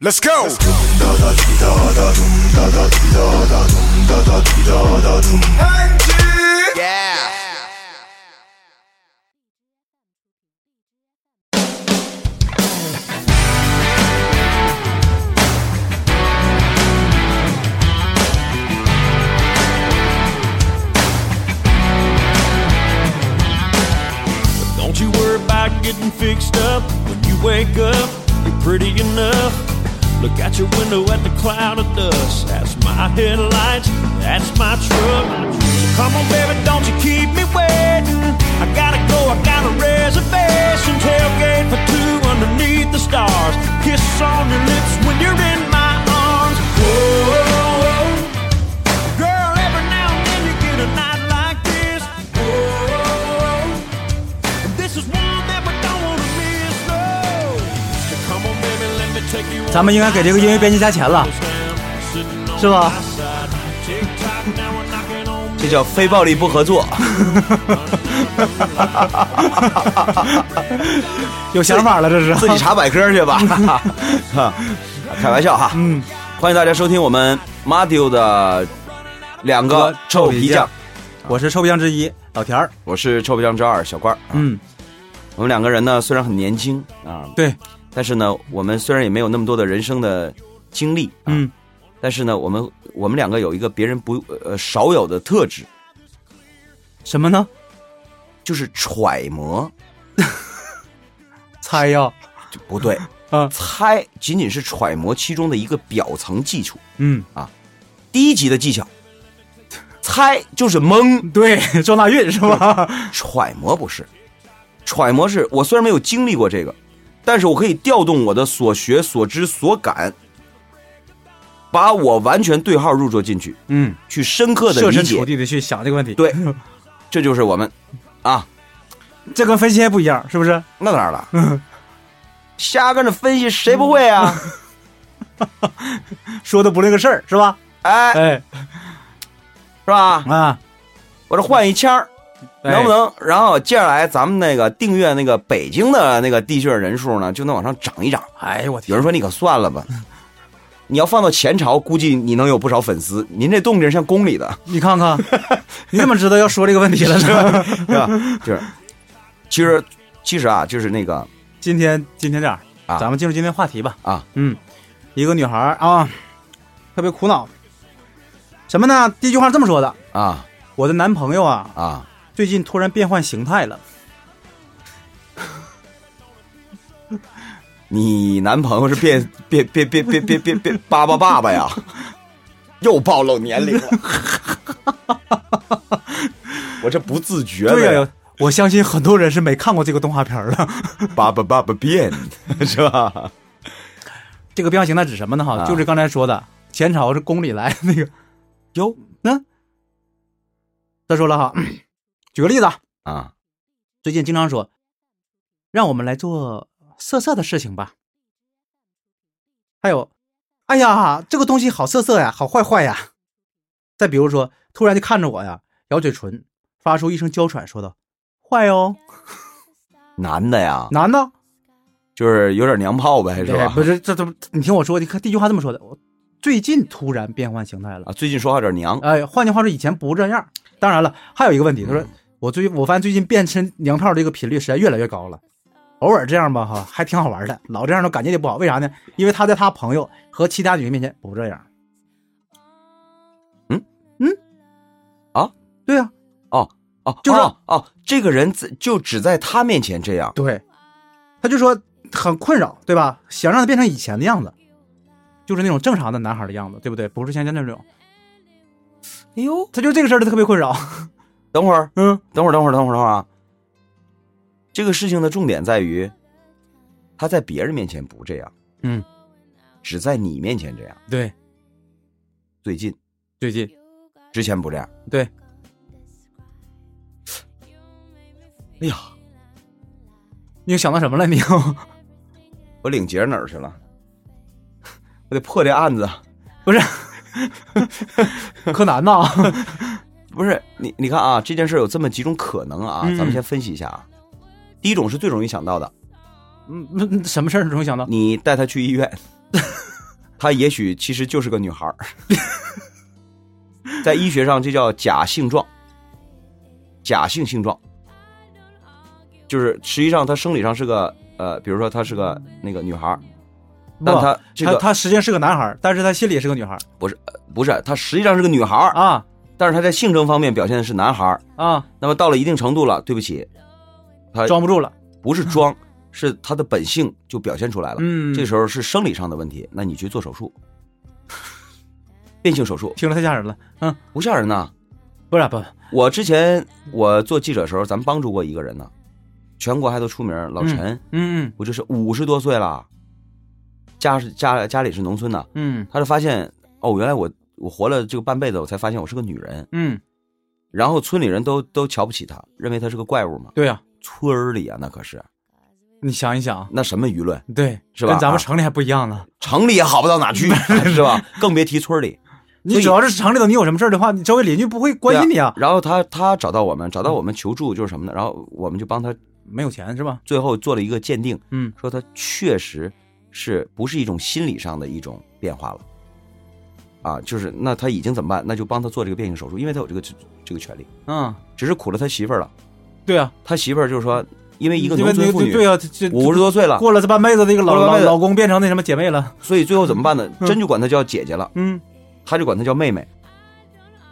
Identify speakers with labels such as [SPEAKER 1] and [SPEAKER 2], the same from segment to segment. [SPEAKER 1] Let's go. Yeah.
[SPEAKER 2] Don't you worry about getting fixed up. When you wake up, you're pretty enough. Look out your window at the cloud of dust. That's my headlights, that's my truck. So come on, baby, don't you keep me waiting. I gotta go, I got a reservation. Tailgate for two underneath the stars. Kiss on your lips when you're in my arms. Whoa. Girl, every now and then you get a night like this. Whoa. This is one that we don't wanna miss, no. So come on, baby, let me take you on
[SPEAKER 3] 咱们应该给这个音乐编辑加钱了，是吧？
[SPEAKER 4] 这叫非暴力不合作。
[SPEAKER 3] 有想法了，这是
[SPEAKER 4] 自己查百科去吧。 哈，开玩笑哈。嗯，欢迎大家收听我们 Madio 的两个臭皮匠，，
[SPEAKER 3] 我是臭皮匠之一，老田儿。
[SPEAKER 4] 我是臭皮匠之二小官儿。啊
[SPEAKER 3] 嗯，
[SPEAKER 4] 我们两个人呢，虽然很年轻啊，
[SPEAKER 3] 对，
[SPEAKER 4] 但是呢，我们虽然也没有那么多的人生的经历，啊，
[SPEAKER 3] 嗯，
[SPEAKER 4] 但是呢，我们我们两个有一个别人不呃少有的特质，
[SPEAKER 3] 什么呢？
[SPEAKER 4] 就是揣摩
[SPEAKER 3] 猜呀，
[SPEAKER 4] 就不对，
[SPEAKER 3] 啊
[SPEAKER 4] 猜仅仅是揣摩其中的一个表层基础，
[SPEAKER 3] 嗯，
[SPEAKER 4] 低级的技巧。猜就是 蒙，
[SPEAKER 3] 对，撞大运是吧？
[SPEAKER 4] 揣摩不是，揣摩是我虽然没有经历过这个，但是我可以调动我的所学、所知、所感，把我完全对号入座进去，
[SPEAKER 3] 嗯，
[SPEAKER 4] 去深刻的
[SPEAKER 3] 设
[SPEAKER 4] 理
[SPEAKER 3] 身处
[SPEAKER 4] 解。
[SPEAKER 3] 地的去想这个问题，
[SPEAKER 4] 对，这就是我们啊，
[SPEAKER 3] 这跟分析还不一样，是不是？
[SPEAKER 4] 那当然了，瞎跟着分析谁不会啊？
[SPEAKER 3] 说的不那个事儿，是吧？
[SPEAKER 4] 哎，
[SPEAKER 3] 哎
[SPEAKER 4] 是吧？
[SPEAKER 3] 啊，
[SPEAKER 4] 我这换一腔儿。
[SPEAKER 3] 哎
[SPEAKER 4] 能不？能？然后接下来咱们那个订阅那个北京的那个地区的人数呢，就能往上涨一涨。
[SPEAKER 3] 哎呦我
[SPEAKER 4] 有
[SPEAKER 3] 天，
[SPEAKER 4] 人说你可算了吧，你要放到前朝，估计你能有不少粉丝。您这动静像宫里的，
[SPEAKER 3] 你看看，你怎么知道要说这个问题了呢？
[SPEAKER 4] 是吧？就是，其实其实啊，就是那个
[SPEAKER 3] 今天今天这样，
[SPEAKER 4] 啊
[SPEAKER 3] 咱们进入今天话题吧。
[SPEAKER 4] 啊，
[SPEAKER 3] 嗯，一个女孩儿啊，特别苦恼，什么呢？第一句话是这么说的：
[SPEAKER 4] 啊
[SPEAKER 3] 我的男朋友啊，
[SPEAKER 4] 啊，
[SPEAKER 3] 最近突然变换形态了。
[SPEAKER 4] 你男朋友是变变变变变变变变巴巴爸爸呀？又暴露年龄了， 我这不自觉的
[SPEAKER 3] 对呀、我相信很多人是没看过这个动画片儿的。
[SPEAKER 4] 爸爸爸爸变是吧？
[SPEAKER 3] 这个变化形态指什么呢？哈、
[SPEAKER 4] 啊
[SPEAKER 3] 就是刚才说的，前朝是宫里来那个 哟，那、再说了哈， 举个例子，啊，
[SPEAKER 4] 啊，
[SPEAKER 3] 最近经常说，让我们来做色色的事情吧。还有，哎呀，这个东西好色色呀，好坏坏呀。再比如说，突然就看着我呀，咬嘴唇，发出一声娇喘，说道：“坏哦，
[SPEAKER 4] 男的呀，
[SPEAKER 3] 男的。”
[SPEAKER 4] 就是有点娘炮呗，啊是
[SPEAKER 3] 哎
[SPEAKER 4] 吧
[SPEAKER 3] 不？是，这这，你听我说，你看第一句话这么说的，我最近突然变换形态了。
[SPEAKER 4] 啊，最近说话有点娘，
[SPEAKER 3] 哎，换句话说，以前不这样。当然了，还有一个问题，他说、我最我发现最近变身娘炮这个频率实在越来越高了，偶尔这样吧哈，还挺好玩的，老这样都感觉也不好，为啥呢？因为他在他朋友和其他女人面前不这样。
[SPEAKER 4] 嗯
[SPEAKER 3] 嗯，
[SPEAKER 4] 啊，
[SPEAKER 3] 对啊，
[SPEAKER 4] 哦，
[SPEAKER 3] 就是
[SPEAKER 4] 哦哦，这个人自就只在他面前这样，
[SPEAKER 3] 对，他就说很困扰，对吧？想让他变成以前的样子，就是那种正常的男孩的样子，对不对？不是像现在这种。哎呦，他就这个事儿，他特别困扰。
[SPEAKER 4] 等会儿，
[SPEAKER 3] 嗯，
[SPEAKER 4] 等会儿，等会儿，等会儿，等会儿啊！这个事情的重点在于，他在别人面前不这样，
[SPEAKER 3] 嗯，
[SPEAKER 4] 只在你面前这样。
[SPEAKER 3] 对，
[SPEAKER 4] 最近
[SPEAKER 3] 最近
[SPEAKER 4] 之前不这样，
[SPEAKER 3] 对，
[SPEAKER 4] 哎呀，
[SPEAKER 3] 你想到什么了？你 又
[SPEAKER 4] 我领结哪儿去了？ 我得破这案子。
[SPEAKER 3] 不是柯南呐？
[SPEAKER 4] 不是你，你看啊，这件事有这么几种可能啊，
[SPEAKER 3] 嗯
[SPEAKER 4] 咱们先分析一下啊。第一种是最容易想到的，
[SPEAKER 3] 嗯，嗯什么事儿能想到？
[SPEAKER 4] 你带她去医 院，她也许其实就是个女孩儿，在医学上这叫假性状，假性性状，就是实际上她生理上是个呃，比如说她是个那个女孩儿，但
[SPEAKER 3] 不
[SPEAKER 4] 她这个
[SPEAKER 3] 他他实际上是个男孩儿，但是他心里是个女孩儿
[SPEAKER 4] 不是，她实际上是个女孩儿，
[SPEAKER 3] 啊
[SPEAKER 4] 但是她在性征方面表现的是男孩儿。
[SPEAKER 3] 啊，
[SPEAKER 4] 那么到了一定程度了，对不起，她
[SPEAKER 3] 装不住了。
[SPEAKER 4] 不是装，是她的本性就表现出来了。
[SPEAKER 3] 嗯，
[SPEAKER 4] 哎这时候是生理上的问题，那你去做手术， 变性手术
[SPEAKER 3] 听着太吓人了。嗯，
[SPEAKER 4] 不吓人呐、
[SPEAKER 3] 不是不，
[SPEAKER 4] 我之前我做记者的时候，咱们帮助过一个人呢、全国还都出名儿，老陈，
[SPEAKER 3] 嗯
[SPEAKER 4] 我就是五十多岁了，家是家家里是农村的，
[SPEAKER 3] 嗯
[SPEAKER 4] 他就发现哦，原来我我活了这个半辈子，我才发现我是个女人，
[SPEAKER 3] 嗯嗯，
[SPEAKER 4] 然后村里人都都瞧不起他，认为他是个怪物嘛，
[SPEAKER 3] 对呀，
[SPEAKER 4] 村儿里啊那可是
[SPEAKER 3] 你想一想，
[SPEAKER 4] 那什么舆论，
[SPEAKER 3] 对，
[SPEAKER 4] 是吧
[SPEAKER 3] 跟咱
[SPEAKER 4] 啊
[SPEAKER 3] 们城里还不一样呢。
[SPEAKER 4] 城里也好不 到哪去，是吧？更别提村里。
[SPEAKER 3] 你只要是城里头你有什么事儿的话，你周围邻居不会关心你啊。
[SPEAKER 4] 然后他他找到我们，找到我们求助就是什么呢？然后我们就帮他
[SPEAKER 3] 没有钱是吧？
[SPEAKER 4] 最后做了一个鉴定，
[SPEAKER 3] 嗯，
[SPEAKER 4] 说他确实是不是一种心理上的一种变化了。啊，就是那他已经怎么办？那就帮他做这个变性手术，因为他有这个这个权利。
[SPEAKER 3] 嗯，
[SPEAKER 4] 只是苦了他媳妇儿了，
[SPEAKER 3] 对啊，
[SPEAKER 4] 他媳妇儿就是说，因为一个
[SPEAKER 3] 因
[SPEAKER 4] 农
[SPEAKER 3] 为
[SPEAKER 4] 村妇
[SPEAKER 3] 对
[SPEAKER 4] 女，
[SPEAKER 3] 啊，这这
[SPEAKER 4] 五十多岁了，
[SPEAKER 3] 过了这半辈子，那个老
[SPEAKER 4] 过了半
[SPEAKER 3] 老
[SPEAKER 4] 辈子
[SPEAKER 3] 老公变成那什么姐妹了。
[SPEAKER 4] 所以最后怎么办呢？真就管她叫姐姐了，
[SPEAKER 3] 嗯，
[SPEAKER 4] 他就管她叫妹妹，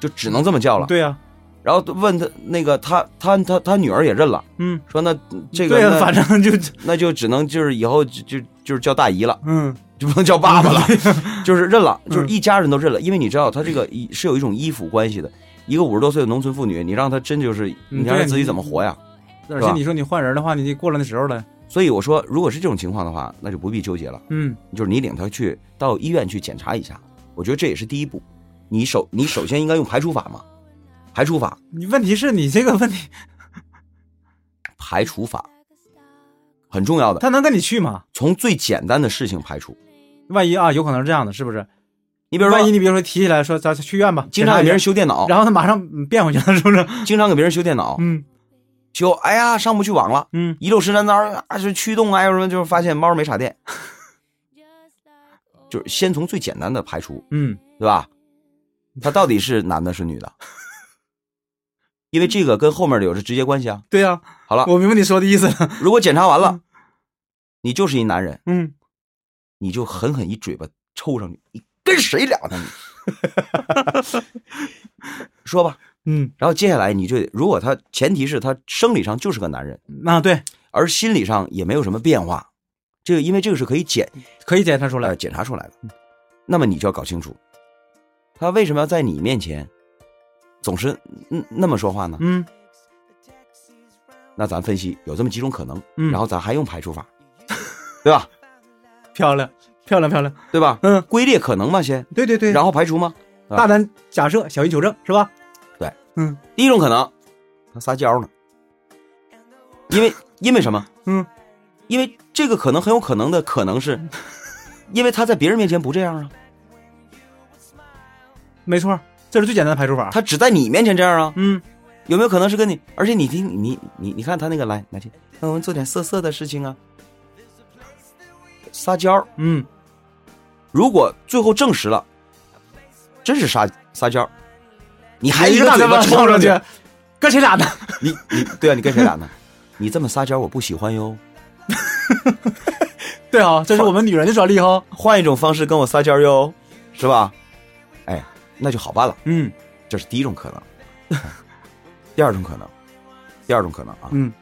[SPEAKER 4] 就只能这么叫了。
[SPEAKER 3] 对呀，
[SPEAKER 4] 然后问他那个他他他他女儿也认了，
[SPEAKER 3] 嗯，
[SPEAKER 4] 说那这个
[SPEAKER 3] 对啊呀，
[SPEAKER 4] 那
[SPEAKER 3] 反正就
[SPEAKER 4] 那就只能就是以后就就就是叫大姨了，
[SPEAKER 3] 嗯
[SPEAKER 4] 就不能叫爸爸了， 就是认了，就是
[SPEAKER 3] 嗯
[SPEAKER 4] 一家人都认了，因为你知道他这个一是有一种依附关系的。一个五十多岁的农村妇女，你让她真就是，
[SPEAKER 3] 嗯
[SPEAKER 4] 你让她
[SPEAKER 3] 对
[SPEAKER 4] 自己
[SPEAKER 3] 你
[SPEAKER 4] 怎么活呀？
[SPEAKER 3] 而
[SPEAKER 4] 是吧
[SPEAKER 3] 且你说你换人的话，你就过了那时候了。
[SPEAKER 4] 所以我说，如果是这种情况的话，那就不必纠结了，
[SPEAKER 3] 嗯，
[SPEAKER 4] 就是你领她去到医院去检查一下，我觉得这也是第一步。你首你首先应该用排除法嘛，排除法，
[SPEAKER 3] 你问题是你这个问题，
[SPEAKER 4] 排除法很重要的，
[SPEAKER 3] 他能跟你去吗？
[SPEAKER 4] 从最简单的事情排除。
[SPEAKER 3] 万一啊，有可能是这样的，是不是？
[SPEAKER 4] 你比如
[SPEAKER 3] 万一
[SPEAKER 4] 说，
[SPEAKER 3] 你比如说提起来说咱去医院吧，
[SPEAKER 4] 经常给别人
[SPEAKER 3] 检
[SPEAKER 4] 修电脑
[SPEAKER 3] 查一下，然后他马上嗯变回去了，是不是？
[SPEAKER 4] 经常给别人修电脑，
[SPEAKER 3] 嗯
[SPEAKER 4] 修，哎呀，上不去网了。
[SPEAKER 3] 嗯，
[SPEAKER 4] 一溜十三招儿啊，就驱动啊，有什么就是发现猫没插电， 就是先从最简单的排除，
[SPEAKER 3] 嗯，
[SPEAKER 4] 对吧？他到底是男的，是女的？因为这个跟后面的有着直接关系啊。
[SPEAKER 3] 对呀、
[SPEAKER 4] 好了，
[SPEAKER 3] 我明白你说的意思了。
[SPEAKER 4] 如果检查完了，你就是一男人，
[SPEAKER 3] 嗯，
[SPEAKER 4] 你就狠狠一嘴巴抽上去，你跟谁俩呢？你说吧。
[SPEAKER 3] 嗯，
[SPEAKER 4] 然后接下来你就如果他前提是他生理上就是个男人，
[SPEAKER 3] 那对，
[SPEAKER 4] 而心理上也没有什么变化，这个因为这个是可以检
[SPEAKER 3] 可以检查出来。嗯
[SPEAKER 4] 呃检查出来的。那么你就要搞清楚，他为什么要在你面前总是嗯那么说话呢？
[SPEAKER 3] 嗯
[SPEAKER 4] 那咱分析有这么几种可能，
[SPEAKER 3] 嗯，
[SPEAKER 4] 然后咱还用排除法， 对吧？
[SPEAKER 3] 漂亮，漂亮，漂亮。
[SPEAKER 4] 对吧？
[SPEAKER 3] 嗯，
[SPEAKER 4] 归列可能嘛先，
[SPEAKER 3] 对对对，
[SPEAKER 4] 然后排除吗？啊
[SPEAKER 3] 大胆假设，小于求证，是吧？
[SPEAKER 4] 第一种可能，他撒娇呢，因为因为什么？
[SPEAKER 3] 嗯，
[SPEAKER 4] 因为这个可能很有可能的可能是，因为他在别人面前不这样啊，
[SPEAKER 3] 没错，这是最简单的排除法。
[SPEAKER 4] 他只在你面前这样啊，
[SPEAKER 3] 嗯，
[SPEAKER 4] 有没有可能是跟你？而且你听你你你看他那个来拿去，那我们做点色色的事情啊，撒娇。
[SPEAKER 3] 嗯，
[SPEAKER 4] 如果最后证实了，真是撒撒娇，你还一
[SPEAKER 3] 一
[SPEAKER 4] 个
[SPEAKER 3] 大
[SPEAKER 4] 嘴
[SPEAKER 3] 嘴
[SPEAKER 4] 巴
[SPEAKER 3] 巴
[SPEAKER 4] 抽
[SPEAKER 3] 上
[SPEAKER 4] 上去，，
[SPEAKER 3] 跟谁俩呢？
[SPEAKER 4] 你你对啊，你跟谁打呢？ 你这么撒娇我不喜欢哟，
[SPEAKER 3] 对啊，这是我们女人的专利哈。
[SPEAKER 4] 换一种方式跟我撒娇哟，是吧？哎，那就好办了，
[SPEAKER 3] 嗯
[SPEAKER 4] 这是第一种可能。 第二种可能，第二种可能啊，
[SPEAKER 3] 嗯，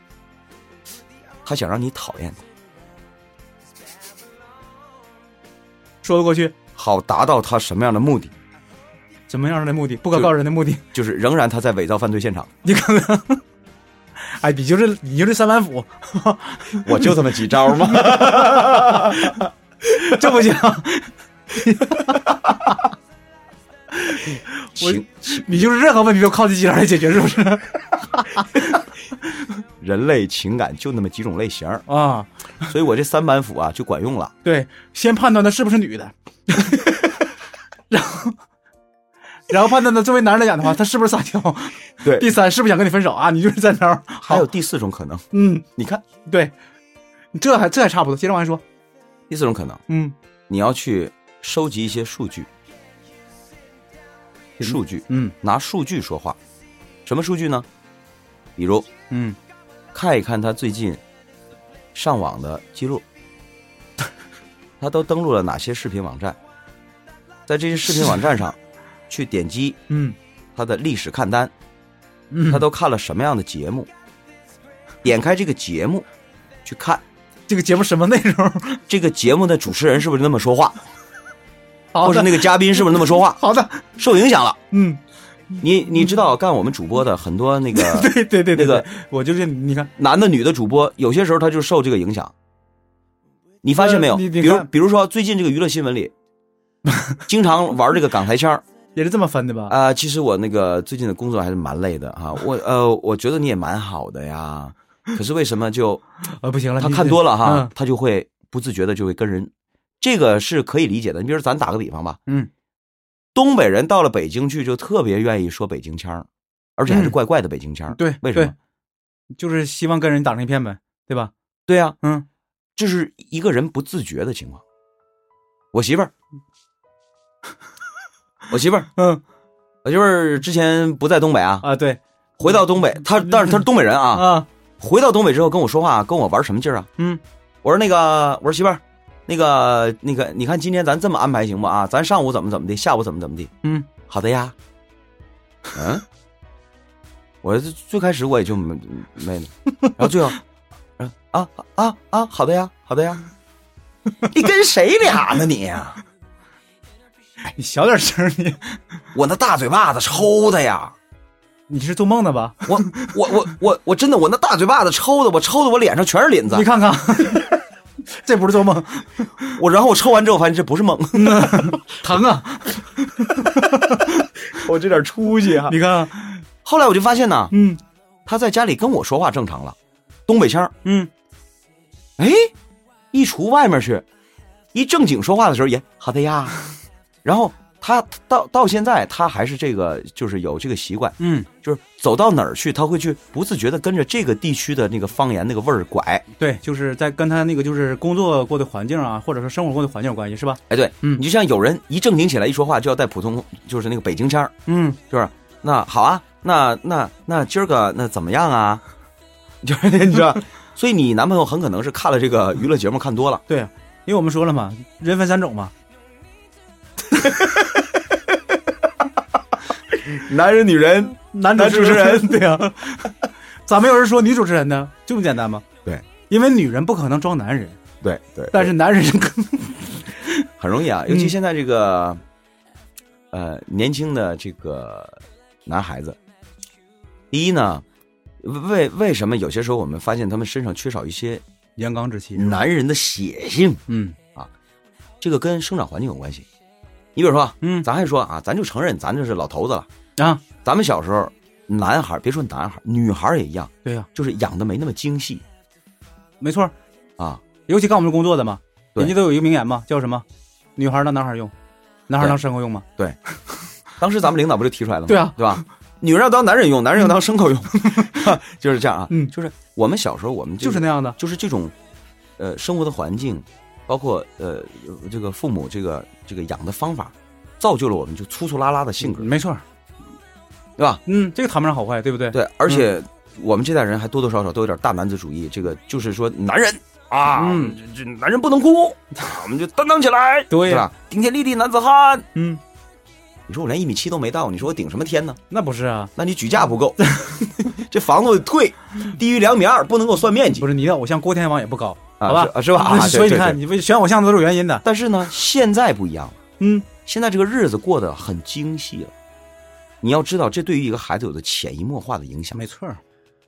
[SPEAKER 4] 他想让你讨厌他，
[SPEAKER 3] 说得过去。
[SPEAKER 4] 好达到他什么样的目的？
[SPEAKER 3] 什么样的目的？不可告人的目的。
[SPEAKER 4] 就是仍然他在伪造犯罪现场。
[SPEAKER 3] 你看看，哎，你就是你就是三板斧，
[SPEAKER 4] 我就这么几招 吗？
[SPEAKER 3] 这不行，
[SPEAKER 4] 行，
[SPEAKER 3] 你 就是任何问题都靠这几招来解决，是不是？
[SPEAKER 4] 人类情感就那么几种类型儿，
[SPEAKER 3] 啊，
[SPEAKER 4] 所以我这三板斧啊就管用了。
[SPEAKER 3] 对，先判断她是不是女的， 然后。然后判断她作为男人来讲的话，她是不是撒娇？
[SPEAKER 4] 对
[SPEAKER 3] 第三，是不是想跟你分手啊？你就是这招。
[SPEAKER 4] 还
[SPEAKER 3] 好
[SPEAKER 4] 有，第四种可能，
[SPEAKER 3] 嗯，
[SPEAKER 4] 你看
[SPEAKER 3] 对，这还这还差不多。接着往下说，
[SPEAKER 4] 第四种可能，
[SPEAKER 3] 嗯
[SPEAKER 4] 你要去收集一些数据，数据
[SPEAKER 3] 嗯
[SPEAKER 4] 拿数据说话，什么数据呢？比如
[SPEAKER 3] 嗯，
[SPEAKER 4] 看一看他最近上网的记录， 他都登录了哪些视频网站，在这些视频网站上去点击
[SPEAKER 3] 嗯
[SPEAKER 4] 他的历史看单，
[SPEAKER 3] 嗯，
[SPEAKER 4] 他都看了什么样的节目，点开这个节目去看
[SPEAKER 3] 这个节目什么 内容？
[SPEAKER 4] 这个节目的主持人是不是那么说话，
[SPEAKER 3] 好
[SPEAKER 4] 或是
[SPEAKER 3] 的
[SPEAKER 4] 那个嘉宾是不是那么说话，
[SPEAKER 3] 好的，
[SPEAKER 4] 受影响了。
[SPEAKER 3] 嗯，
[SPEAKER 4] 你你知道干我们主播的很多那个
[SPEAKER 3] 对对对对，
[SPEAKER 4] 那个
[SPEAKER 3] 对我就是你看，
[SPEAKER 4] 男的女的主播，有些时候他就受这个影响。你发现没有？
[SPEAKER 3] 呃你你
[SPEAKER 4] 比如
[SPEAKER 3] 看
[SPEAKER 4] 比如说最近这个娱乐新 闻里，经常玩这个港台腔儿
[SPEAKER 3] 也是这么分的吧？
[SPEAKER 4] 啊、其实我那个最近的工作还是蛮累的哈、我呃，我觉得你也蛮好的呀，可是为什么就
[SPEAKER 3] 啊，不行了，
[SPEAKER 4] 他
[SPEAKER 3] 你
[SPEAKER 4] 看多了哈、
[SPEAKER 3] 嗯
[SPEAKER 4] 他就会不自觉的就会跟人，这个是可以理解的。你比如咱打个比方吧，
[SPEAKER 3] 嗯，
[SPEAKER 4] 东北人到了北京去就特别愿意说北京腔儿，而且还是
[SPEAKER 3] 嗯
[SPEAKER 4] 怪怪的北京腔儿、
[SPEAKER 3] 对，
[SPEAKER 4] 为什么
[SPEAKER 3] 对？？就是希望跟人打成一片呗，对吧？
[SPEAKER 4] 对啊呀、
[SPEAKER 3] 嗯，
[SPEAKER 4] 这是一个人不自觉的情况。我媳妇儿，我媳妇儿，
[SPEAKER 3] 嗯
[SPEAKER 4] 我媳妇儿之前不在东北啊，
[SPEAKER 3] 啊，对
[SPEAKER 4] 回到东北，她但是她是东北人啊，
[SPEAKER 3] 啊，
[SPEAKER 4] 回到东北之后跟我说话，跟我玩什么劲儿啊？
[SPEAKER 3] 嗯，
[SPEAKER 4] 我说那个，我说媳妇儿，那个那个，你看今天咱这么安排行不啊？咱上午怎么怎么地，下午怎么怎么地？
[SPEAKER 3] 嗯，啊
[SPEAKER 4] 好的呀。嗯， 我最最开始我也就没没，然后最后，啊啊啊啊，好的呀，好的呀。你跟谁俩呢你？啊
[SPEAKER 3] 你小点声儿，你
[SPEAKER 4] 我那大嘴巴子抽的呀！
[SPEAKER 3] 你是做梦呢吧？
[SPEAKER 4] 我我我我我真的我那大嘴巴子抽的，我抽的我脸上全是林子
[SPEAKER 3] 你。看 看，这不是做梦，
[SPEAKER 4] 我然后我抽完之后发现这不是梦，
[SPEAKER 3] 疼 啊！
[SPEAKER 4] 我这点出息哈
[SPEAKER 3] 你
[SPEAKER 4] 啊
[SPEAKER 3] 看，
[SPEAKER 4] 后来我就发现呢，
[SPEAKER 3] 嗯
[SPEAKER 4] 他在家里跟我说话正常了，东北腔儿。
[SPEAKER 3] 嗯，
[SPEAKER 4] 哎，一出外面去，一正经说话的时候也好的呀。然后他到到现在，他还是这个，就是有这个习惯，
[SPEAKER 3] 嗯，
[SPEAKER 4] 就是走到哪儿去，他会去不自觉的跟着这个地区的那个方言那个味儿拐。
[SPEAKER 3] 对，就是在跟他那个就是工作过的环境啊，或者说生活过的环境有关系，是吧？
[SPEAKER 4] 哎，对，
[SPEAKER 3] 嗯
[SPEAKER 4] 你就像有人一正经起来一说话就要带普通，就是那个北京腔儿，
[SPEAKER 3] 嗯，
[SPEAKER 4] 就是那好啊，那那那今儿个那怎么样啊？ 就是你知道， 所以你男朋友很可能是看了这个娱乐节目看多了。
[SPEAKER 3] 对，因为我们说了嘛，人分三种嘛，
[SPEAKER 4] 男人、女人，
[SPEAKER 3] 男
[SPEAKER 4] 男主持人
[SPEAKER 3] 对 啊，咋没有人说女主持人呢？就这么简单吗？
[SPEAKER 4] 对，
[SPEAKER 3] 因为女人不可能装男人，
[SPEAKER 4] 对对，
[SPEAKER 3] 但是男人可
[SPEAKER 4] 很容易啊，
[SPEAKER 3] 嗯
[SPEAKER 4] 尤其现在这个，呃，年轻的这个男孩子，第一呢，为为什么有些时候我们发现他们身上缺少一些
[SPEAKER 3] 阳刚之气，
[SPEAKER 4] 男人的血性？
[SPEAKER 3] 嗯
[SPEAKER 4] 这个跟生长环境有关系。你比如说，
[SPEAKER 3] 嗯
[SPEAKER 4] 咱还说啊，咱就承认咱就是老头子了。
[SPEAKER 3] 啊，
[SPEAKER 4] 咱们小时候，男孩别说男孩，女孩也一样，
[SPEAKER 3] 对呀、
[SPEAKER 4] 就是养的没那么精细
[SPEAKER 3] 没错儿，
[SPEAKER 4] 啊。
[SPEAKER 3] 尤其干我们工作的嘛，
[SPEAKER 4] 对
[SPEAKER 3] 人家都有一个名言嘛，叫什么？女孩儿当男孩儿用，男孩儿
[SPEAKER 4] 对
[SPEAKER 3] 当牲口用嘛。
[SPEAKER 4] 当时咱们领导不就提出来了吗？
[SPEAKER 3] 对啊
[SPEAKER 4] 对吧？女人要当男人用，男人要当牲口用， 就是这样啊。
[SPEAKER 3] 嗯
[SPEAKER 4] 就是我们小时候，我们这
[SPEAKER 3] 就
[SPEAKER 4] 个
[SPEAKER 3] 是那样的。
[SPEAKER 4] 就是这种，呃，生活的环境，包括呃这个父母这个这个养的方法，造就了我们就粗粗拉拉的性格，
[SPEAKER 3] 没错儿，
[SPEAKER 4] 对吧？
[SPEAKER 3] 嗯，这个谈不上好坏，对不对？
[SPEAKER 4] 对，而且我们这代人还多多少少都有点大男子主义，这个就是说男人啊，
[SPEAKER 3] 嗯
[SPEAKER 4] 这，这男人不能哭，啊我们就担当起来，
[SPEAKER 3] 对
[SPEAKER 4] 对吧？顶天立地男子汉。
[SPEAKER 3] 嗯，
[SPEAKER 4] 你说我连一米七都没到，你说我顶什么天呢？
[SPEAKER 3] 那不是啊，
[SPEAKER 4] 那你举架不够， 这房子退低于两米二，不能给我算面积
[SPEAKER 3] 不是你的偶像郭天王也不高，好吧
[SPEAKER 4] 啊是？啊是吧？啊
[SPEAKER 3] 所以你
[SPEAKER 4] 对对
[SPEAKER 3] 看，
[SPEAKER 4] 对
[SPEAKER 3] 你为选偶像都是有原因的。
[SPEAKER 4] 但是呢，现在不一样了。
[SPEAKER 3] 嗯，
[SPEAKER 4] 现在这个日子过得很精细了。你要知道，这对于一个孩子有着潜移默化的影响。
[SPEAKER 3] 没错儿，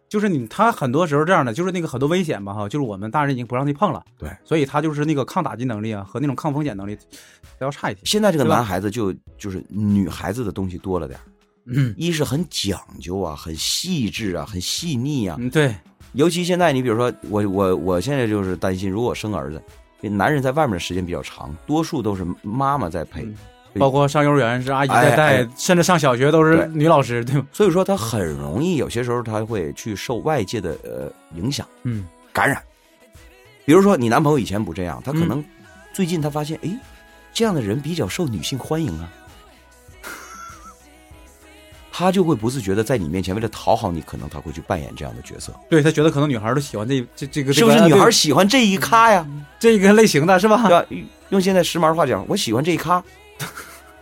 [SPEAKER 3] 就是你他很多时候这样的，就是那个很多危险吧哈，就是我们大人已经不让他碰了，
[SPEAKER 4] 对，
[SPEAKER 3] 所以他就是那个抗打击能力啊和那种抗风险能力都要差一些。
[SPEAKER 4] 现在这个
[SPEAKER 3] 对吧
[SPEAKER 4] 男孩子就就是女孩子的东西多了点儿
[SPEAKER 3] 嗯
[SPEAKER 4] 一是很讲究啊，很细致啊，很细腻啊。
[SPEAKER 3] 嗯，对，
[SPEAKER 4] 尤其现在，你比如说我我我现在就是担心，如果我生儿子，这男人在外面的时间比较长，多数都是妈妈在陪，
[SPEAKER 3] 嗯
[SPEAKER 4] 对
[SPEAKER 3] 包括上幼儿园是阿姨
[SPEAKER 4] 哎
[SPEAKER 3] 在带，
[SPEAKER 4] 哎
[SPEAKER 3] 甚至上小学都
[SPEAKER 4] 对
[SPEAKER 3] 是女老师，对吧？
[SPEAKER 4] 所以说他很容易有些时候他会去受外界的呃影响
[SPEAKER 3] 嗯，
[SPEAKER 4] 感染。比如说你男朋友以前不这样，他可能最近他发现，哎，这样的人比较受女性欢迎啊， 他就会不自觉的在你面前为了讨好你，可能他会去扮演这样的角色，
[SPEAKER 3] 对他觉得可能女孩儿都喜欢这这这个，
[SPEAKER 4] 是不是？女孩儿
[SPEAKER 3] 儿
[SPEAKER 4] 喜欢这一咖呀，
[SPEAKER 3] 这个类型的是吧？
[SPEAKER 4] 对吧？用现在时髦话讲，我喜欢这一咖，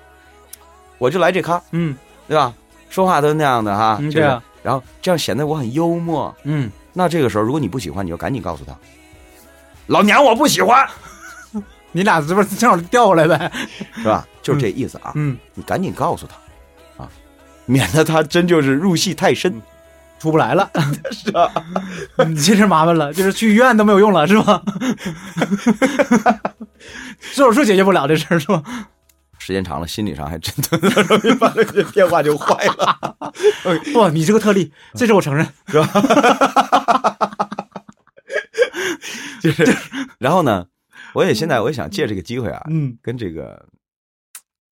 [SPEAKER 4] 我就来这咖，
[SPEAKER 3] 嗯
[SPEAKER 4] 对吧？说话都那样的哈，
[SPEAKER 3] 嗯，
[SPEAKER 4] 就
[SPEAKER 3] 对
[SPEAKER 4] 是
[SPEAKER 3] 啊，
[SPEAKER 4] 然后这样显得我很幽默。
[SPEAKER 3] 嗯，
[SPEAKER 4] 那这个时候，如果你不喜欢，你就赶紧告诉他，老娘我不喜欢，
[SPEAKER 3] 你俩这不是正好调过来呗？
[SPEAKER 4] 是吧？就是这意思啊，
[SPEAKER 3] 嗯，
[SPEAKER 4] 你赶紧告诉他，啊，免得他真就是入戏太
[SPEAKER 3] 嗯
[SPEAKER 4] 深。
[SPEAKER 3] 出不来 了，啊
[SPEAKER 4] 是吧？
[SPEAKER 3] 你这事儿麻烦了，就是去医院都没有用了，是吧？ 手术解决不了这事儿是吧？
[SPEAKER 4] 时间长了，心理上还真的 容易把这个变化就坏了，
[SPEAKER 3] 不，哎你这个特例，这是我承认。
[SPEAKER 4] 就是。然后呢，我也现在我也想借这个机会啊，
[SPEAKER 3] 嗯
[SPEAKER 4] 跟这个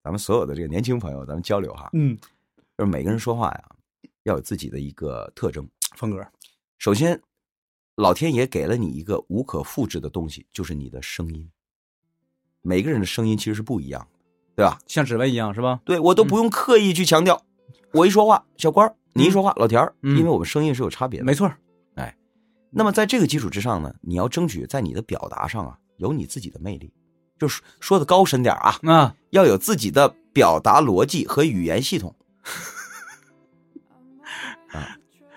[SPEAKER 4] 咱们所有的这个年轻朋友，咱们交流哈，
[SPEAKER 3] 嗯，
[SPEAKER 4] 就是每个人说话呀，要有自己的一个特征。
[SPEAKER 3] 峰哥，
[SPEAKER 4] 首先，老天爷给了你一个无可复制的东西，就是你的声音。每个人的声音其实是不一样的，对吧？
[SPEAKER 3] 像指纹一样是吧？
[SPEAKER 4] 对我都不用刻意去强调，我一说话，小官儿，你一说话，老田儿，
[SPEAKER 3] 嗯嗯
[SPEAKER 4] 因为我们声音是有差别的。
[SPEAKER 3] 没错儿，
[SPEAKER 4] 那么在这个基础之上呢，你要争取在你的表达上啊，有你自己的魅力，就是说的高深点儿啊，
[SPEAKER 3] 啊，
[SPEAKER 4] 要有自己的表达逻辑和语言系统。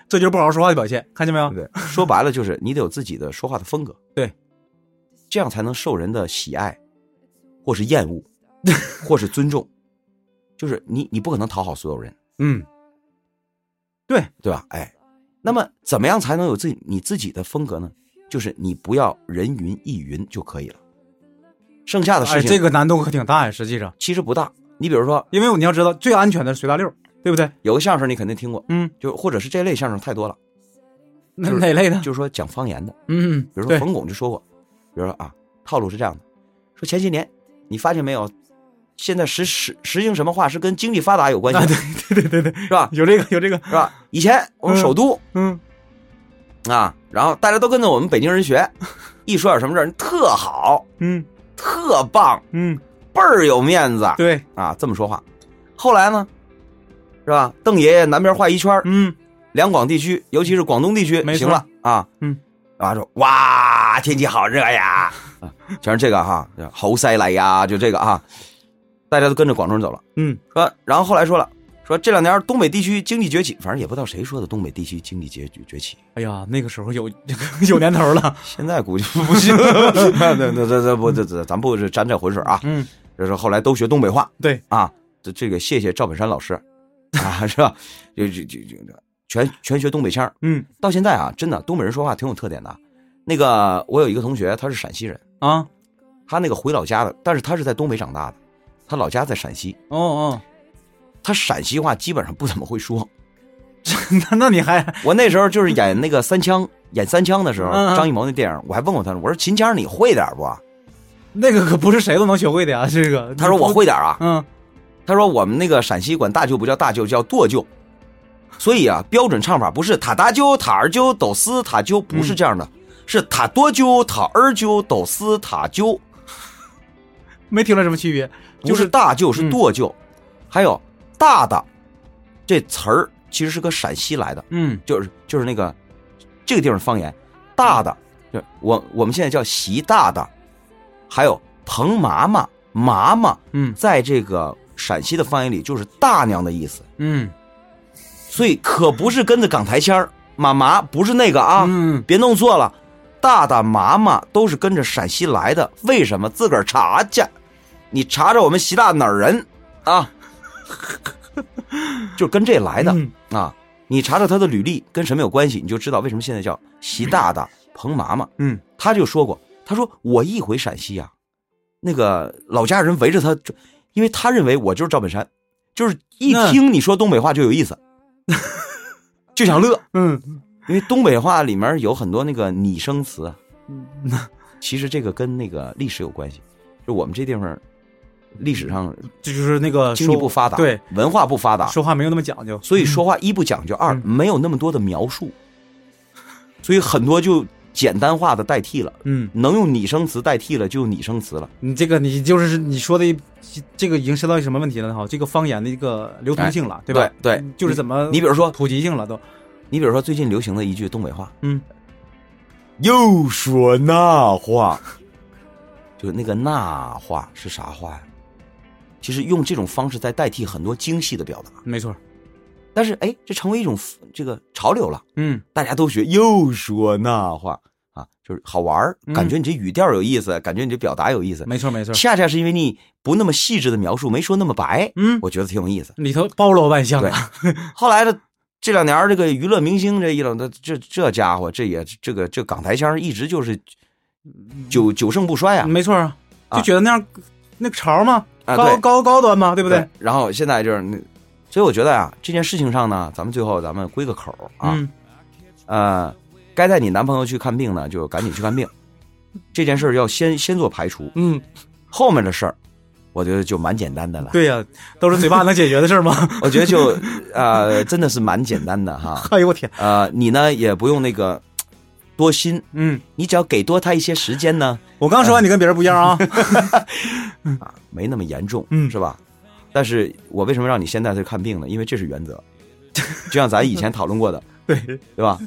[SPEAKER 3] 这就是不好好说话的表现，看见没有？
[SPEAKER 4] 对， 说白了就是你得有自己的说话的风格，
[SPEAKER 3] 啊对，
[SPEAKER 4] 这样才能受人的喜爱，或是厌 恶，或是尊重。就是你，你不可能讨好所有人，
[SPEAKER 3] 嗯，对，
[SPEAKER 4] 对吧？哎，那么怎么样才能有自己你自己的风格呢？就是你不要人云亦云就可以了，剩下的事
[SPEAKER 3] 哎，
[SPEAKER 4] 情、
[SPEAKER 3] 这个难度可挺大呀，实际上，
[SPEAKER 4] 其实不大。你比如说，
[SPEAKER 3] 因为你要知道，最安全的是随大溜儿，对不对？
[SPEAKER 4] 有个相声你肯定听过，
[SPEAKER 3] 嗯，
[SPEAKER 4] 就或者是这类相声太多了，
[SPEAKER 3] 哪
[SPEAKER 4] 就是
[SPEAKER 3] 哪类的？
[SPEAKER 4] 就是说讲方言的，
[SPEAKER 3] 嗯，
[SPEAKER 4] 比如说
[SPEAKER 3] 对，
[SPEAKER 4] 冯巩就说过，比如说啊，套路是这样的，说前些年你发现没有，现在实实实行什么话是跟经济发达有关系
[SPEAKER 3] 啊，
[SPEAKER 4] 的，
[SPEAKER 3] 对对对对对，
[SPEAKER 4] 是吧？
[SPEAKER 3] 有这个有这个，
[SPEAKER 4] 是吧？以前我们首都、
[SPEAKER 3] 嗯，
[SPEAKER 4] 啊，然后大家都跟着我们北京人学，一说点什么事儿特好，
[SPEAKER 3] 嗯
[SPEAKER 4] 特棒，
[SPEAKER 3] 嗯，
[SPEAKER 4] 倍儿有面子
[SPEAKER 3] 对，
[SPEAKER 4] 啊，这么说话。后来呢，是吧？邓爷爷南边画一圈儿，
[SPEAKER 3] 嗯，
[SPEAKER 4] 两广地区，尤其是广东地区，
[SPEAKER 3] 没错
[SPEAKER 4] 行了啊，
[SPEAKER 3] 嗯，
[SPEAKER 4] 然后说哇，天气好热呀， 啊，全是这个哈，猴塞来呀，就这个啊，大家都跟着广州人走了，
[SPEAKER 3] 嗯，
[SPEAKER 4] 说，然后后来说了，说这两年东北地区经济崛起，反正也不知道谁说的东北地区经济崛崛起，
[SPEAKER 3] 哎呀，那个时候有 有年头 了，
[SPEAKER 4] 现在估计不 行， 那那那这不这这咱不是沾这浑水啊，
[SPEAKER 3] 嗯，
[SPEAKER 4] 就是后来都学东北话
[SPEAKER 3] 对，
[SPEAKER 4] 啊，这这个谢谢赵本山老师啊，是吧？就就就就全全学东北腔儿。
[SPEAKER 3] 嗯
[SPEAKER 4] 到现在啊，真的东北人说话挺有特点的。那个我有一个同学，他是陕西人，
[SPEAKER 3] 啊，
[SPEAKER 4] 他那个回老家的，但是他是在东北长大的，他老家在陕西，
[SPEAKER 3] 哦 哦，
[SPEAKER 4] 他陕西话基本上不怎么会说。
[SPEAKER 3] 那那你还
[SPEAKER 4] 我那时候就是演那个三枪，演三枪的时候，
[SPEAKER 3] 嗯嗯
[SPEAKER 4] 张艺谋那电影，我还问过他，我说秦腔你会点不啊？
[SPEAKER 3] 那个可不是谁都能学会的呀，这个，
[SPEAKER 4] 他说我会点啊，
[SPEAKER 3] 嗯，
[SPEAKER 4] 他说我们那个陕西管大舅不叫大舅，叫剁舅。所以啊，标准唱法不是塔大舅、塔二舅、抖斯塔舅，不
[SPEAKER 3] 嗯
[SPEAKER 4] 是这样的，是塔多舅、塔二舅、抖斯塔舅。
[SPEAKER 3] 没听出来什么区别，
[SPEAKER 4] 不
[SPEAKER 3] 就是是
[SPEAKER 4] 大舅，是
[SPEAKER 3] 嗯
[SPEAKER 4] 剁舅。还有“大大”这词儿，其实是个陕西来的，
[SPEAKER 3] 嗯
[SPEAKER 4] 就是就是那个这个地方方言“大大”，就我我们现在叫“习大大”，还有“彭麻麻”“麻麻
[SPEAKER 3] 嗯”，
[SPEAKER 4] 在这个陕西的方言里就是“大娘”的意思，
[SPEAKER 3] 嗯
[SPEAKER 4] 所以可不是跟着港台腔儿“妈妈”，不是那个啊，
[SPEAKER 3] 嗯，
[SPEAKER 4] 别弄错了。大大、麻麻都是跟着陕西来的，为什么？自个儿查去，你查查我们习大哪儿人啊？ 就是跟这来的、
[SPEAKER 3] 嗯
[SPEAKER 4] 啊！你查查他的履历跟什么有关系，你就知道为什么现在叫习大大、彭麻麻。
[SPEAKER 3] 嗯，
[SPEAKER 4] 他就说过，他说我一回陕西啊，那个老家人围着他，就因为他认为我就是赵本山，就是一
[SPEAKER 3] 那
[SPEAKER 4] 听你说东北话就 有意思，就想乐。
[SPEAKER 3] 嗯，
[SPEAKER 4] 因为东北话里面有很多那个拟声词啊，
[SPEAKER 3] 嗯
[SPEAKER 4] 其实这个跟那个历史有关系，就我们这地方历史上
[SPEAKER 3] 这就是那个
[SPEAKER 4] 经济
[SPEAKER 3] 说
[SPEAKER 4] 不发达，
[SPEAKER 3] 对，
[SPEAKER 4] 文化不发达，
[SPEAKER 3] 说话嗯没有那么讲究，
[SPEAKER 4] 所以说话一不讲究，二没有那么多的描述，所以很多就简单化的代替了，
[SPEAKER 3] 嗯，
[SPEAKER 4] 能用拟声词代替了就用拟声词了。
[SPEAKER 3] 你这个你就是你说的一，这个已经涉到什么问题了呢？哈，这个方言的一个流通性了，对吧？
[SPEAKER 4] 哎
[SPEAKER 3] 嗯
[SPEAKER 4] 对对
[SPEAKER 3] 就是怎么
[SPEAKER 4] 你比如说，
[SPEAKER 3] 普及性了都，
[SPEAKER 4] 你比如说最近流行的一句东北话，
[SPEAKER 3] 嗯，
[SPEAKER 4] 又说那话，就那个那话是啥话呀？其实用这种方式在代替很多精细的表达，
[SPEAKER 3] 没错，
[SPEAKER 4] 但是哎，这成为一种这个潮流了，
[SPEAKER 3] 嗯，
[SPEAKER 4] 大家都学又说那话啊，就是好玩儿，
[SPEAKER 3] 嗯
[SPEAKER 4] 感觉你这语调有意思，感觉你这表达有意思，
[SPEAKER 3] 没错没错，
[SPEAKER 4] 恰恰是因为你不那么细致的描述，没说那么白，
[SPEAKER 3] 嗯，
[SPEAKER 4] 我觉得挺有意思。
[SPEAKER 3] 里头包罗万象
[SPEAKER 4] 对
[SPEAKER 3] 啊，，
[SPEAKER 4] 后来的这两年儿，这个娱乐明星这一两的这这家伙，这也这个这港台腔一直就是
[SPEAKER 3] 嗯
[SPEAKER 4] 久久盛不衰啊，
[SPEAKER 3] 没错啊，就
[SPEAKER 4] 啊
[SPEAKER 3] 觉得那样、那个潮嘛，
[SPEAKER 4] 啊
[SPEAKER 3] 高
[SPEAKER 4] 对
[SPEAKER 3] 高高端嘛，对
[SPEAKER 4] 对
[SPEAKER 3] 不对？？
[SPEAKER 4] 然后现在就是那，所以我觉得啊，这件事情上呢，咱们最后咱们归个口儿啊，
[SPEAKER 3] 嗯，
[SPEAKER 4] 呃，该带你男朋友去看病呢，就赶紧去 看病。这件事儿要先先做排除，
[SPEAKER 3] 嗯，
[SPEAKER 4] 后面的事儿，我觉得就蛮简单的了。
[SPEAKER 3] 对呀、都是嘴巴能解决的事儿吗？
[SPEAKER 4] 我觉得就呃，真的是蛮简单的哈。
[SPEAKER 3] 哎呦我天，
[SPEAKER 4] 呃，你呢也不用那个多心，
[SPEAKER 3] 嗯，
[SPEAKER 4] 你只要给多他一些时间呢，
[SPEAKER 3] 我刚说完你跟别人不一样啊，
[SPEAKER 4] 没那么严重，
[SPEAKER 3] 嗯
[SPEAKER 4] 是吧？但是我为什么让你先带他去看病呢？因为这是原 则，就像咱以前讨论过的，
[SPEAKER 3] 对，
[SPEAKER 4] 对吧？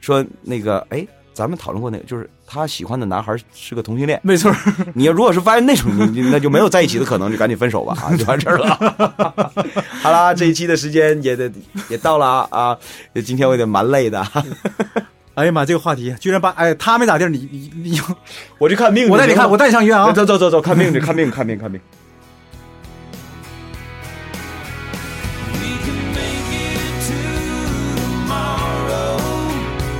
[SPEAKER 4] 说那个，哎，咱们讨论过那个，就是他喜欢的男孩是个同 性恋，
[SPEAKER 3] 没错，
[SPEAKER 4] 你如果是发现那种，你你那就没有在一起的可能，就赶紧分 手吧，啊，就完事儿了。 好啦，这一期的时间也得也到了啊啊，今天我有点蛮累的，
[SPEAKER 3] 哎呀妈，这个话题居然把哎他没咋地儿，你你你，
[SPEAKER 4] 我去看病去，
[SPEAKER 3] 我带你看，我带你上医院啊。
[SPEAKER 4] 走走走走，看病去，看病，看病，看病。
[SPEAKER 2] We can make it to tomorrow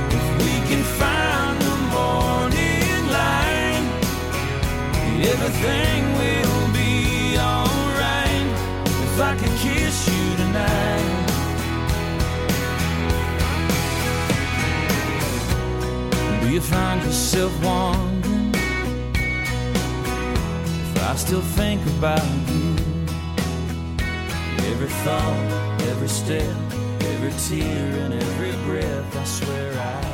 [SPEAKER 2] if we can find the morning light. Everything will be alright if I can kiss you tonight. Do you find yourself wondering if I still think about you? Every thought, every step, every tear, and every breath, I swear I.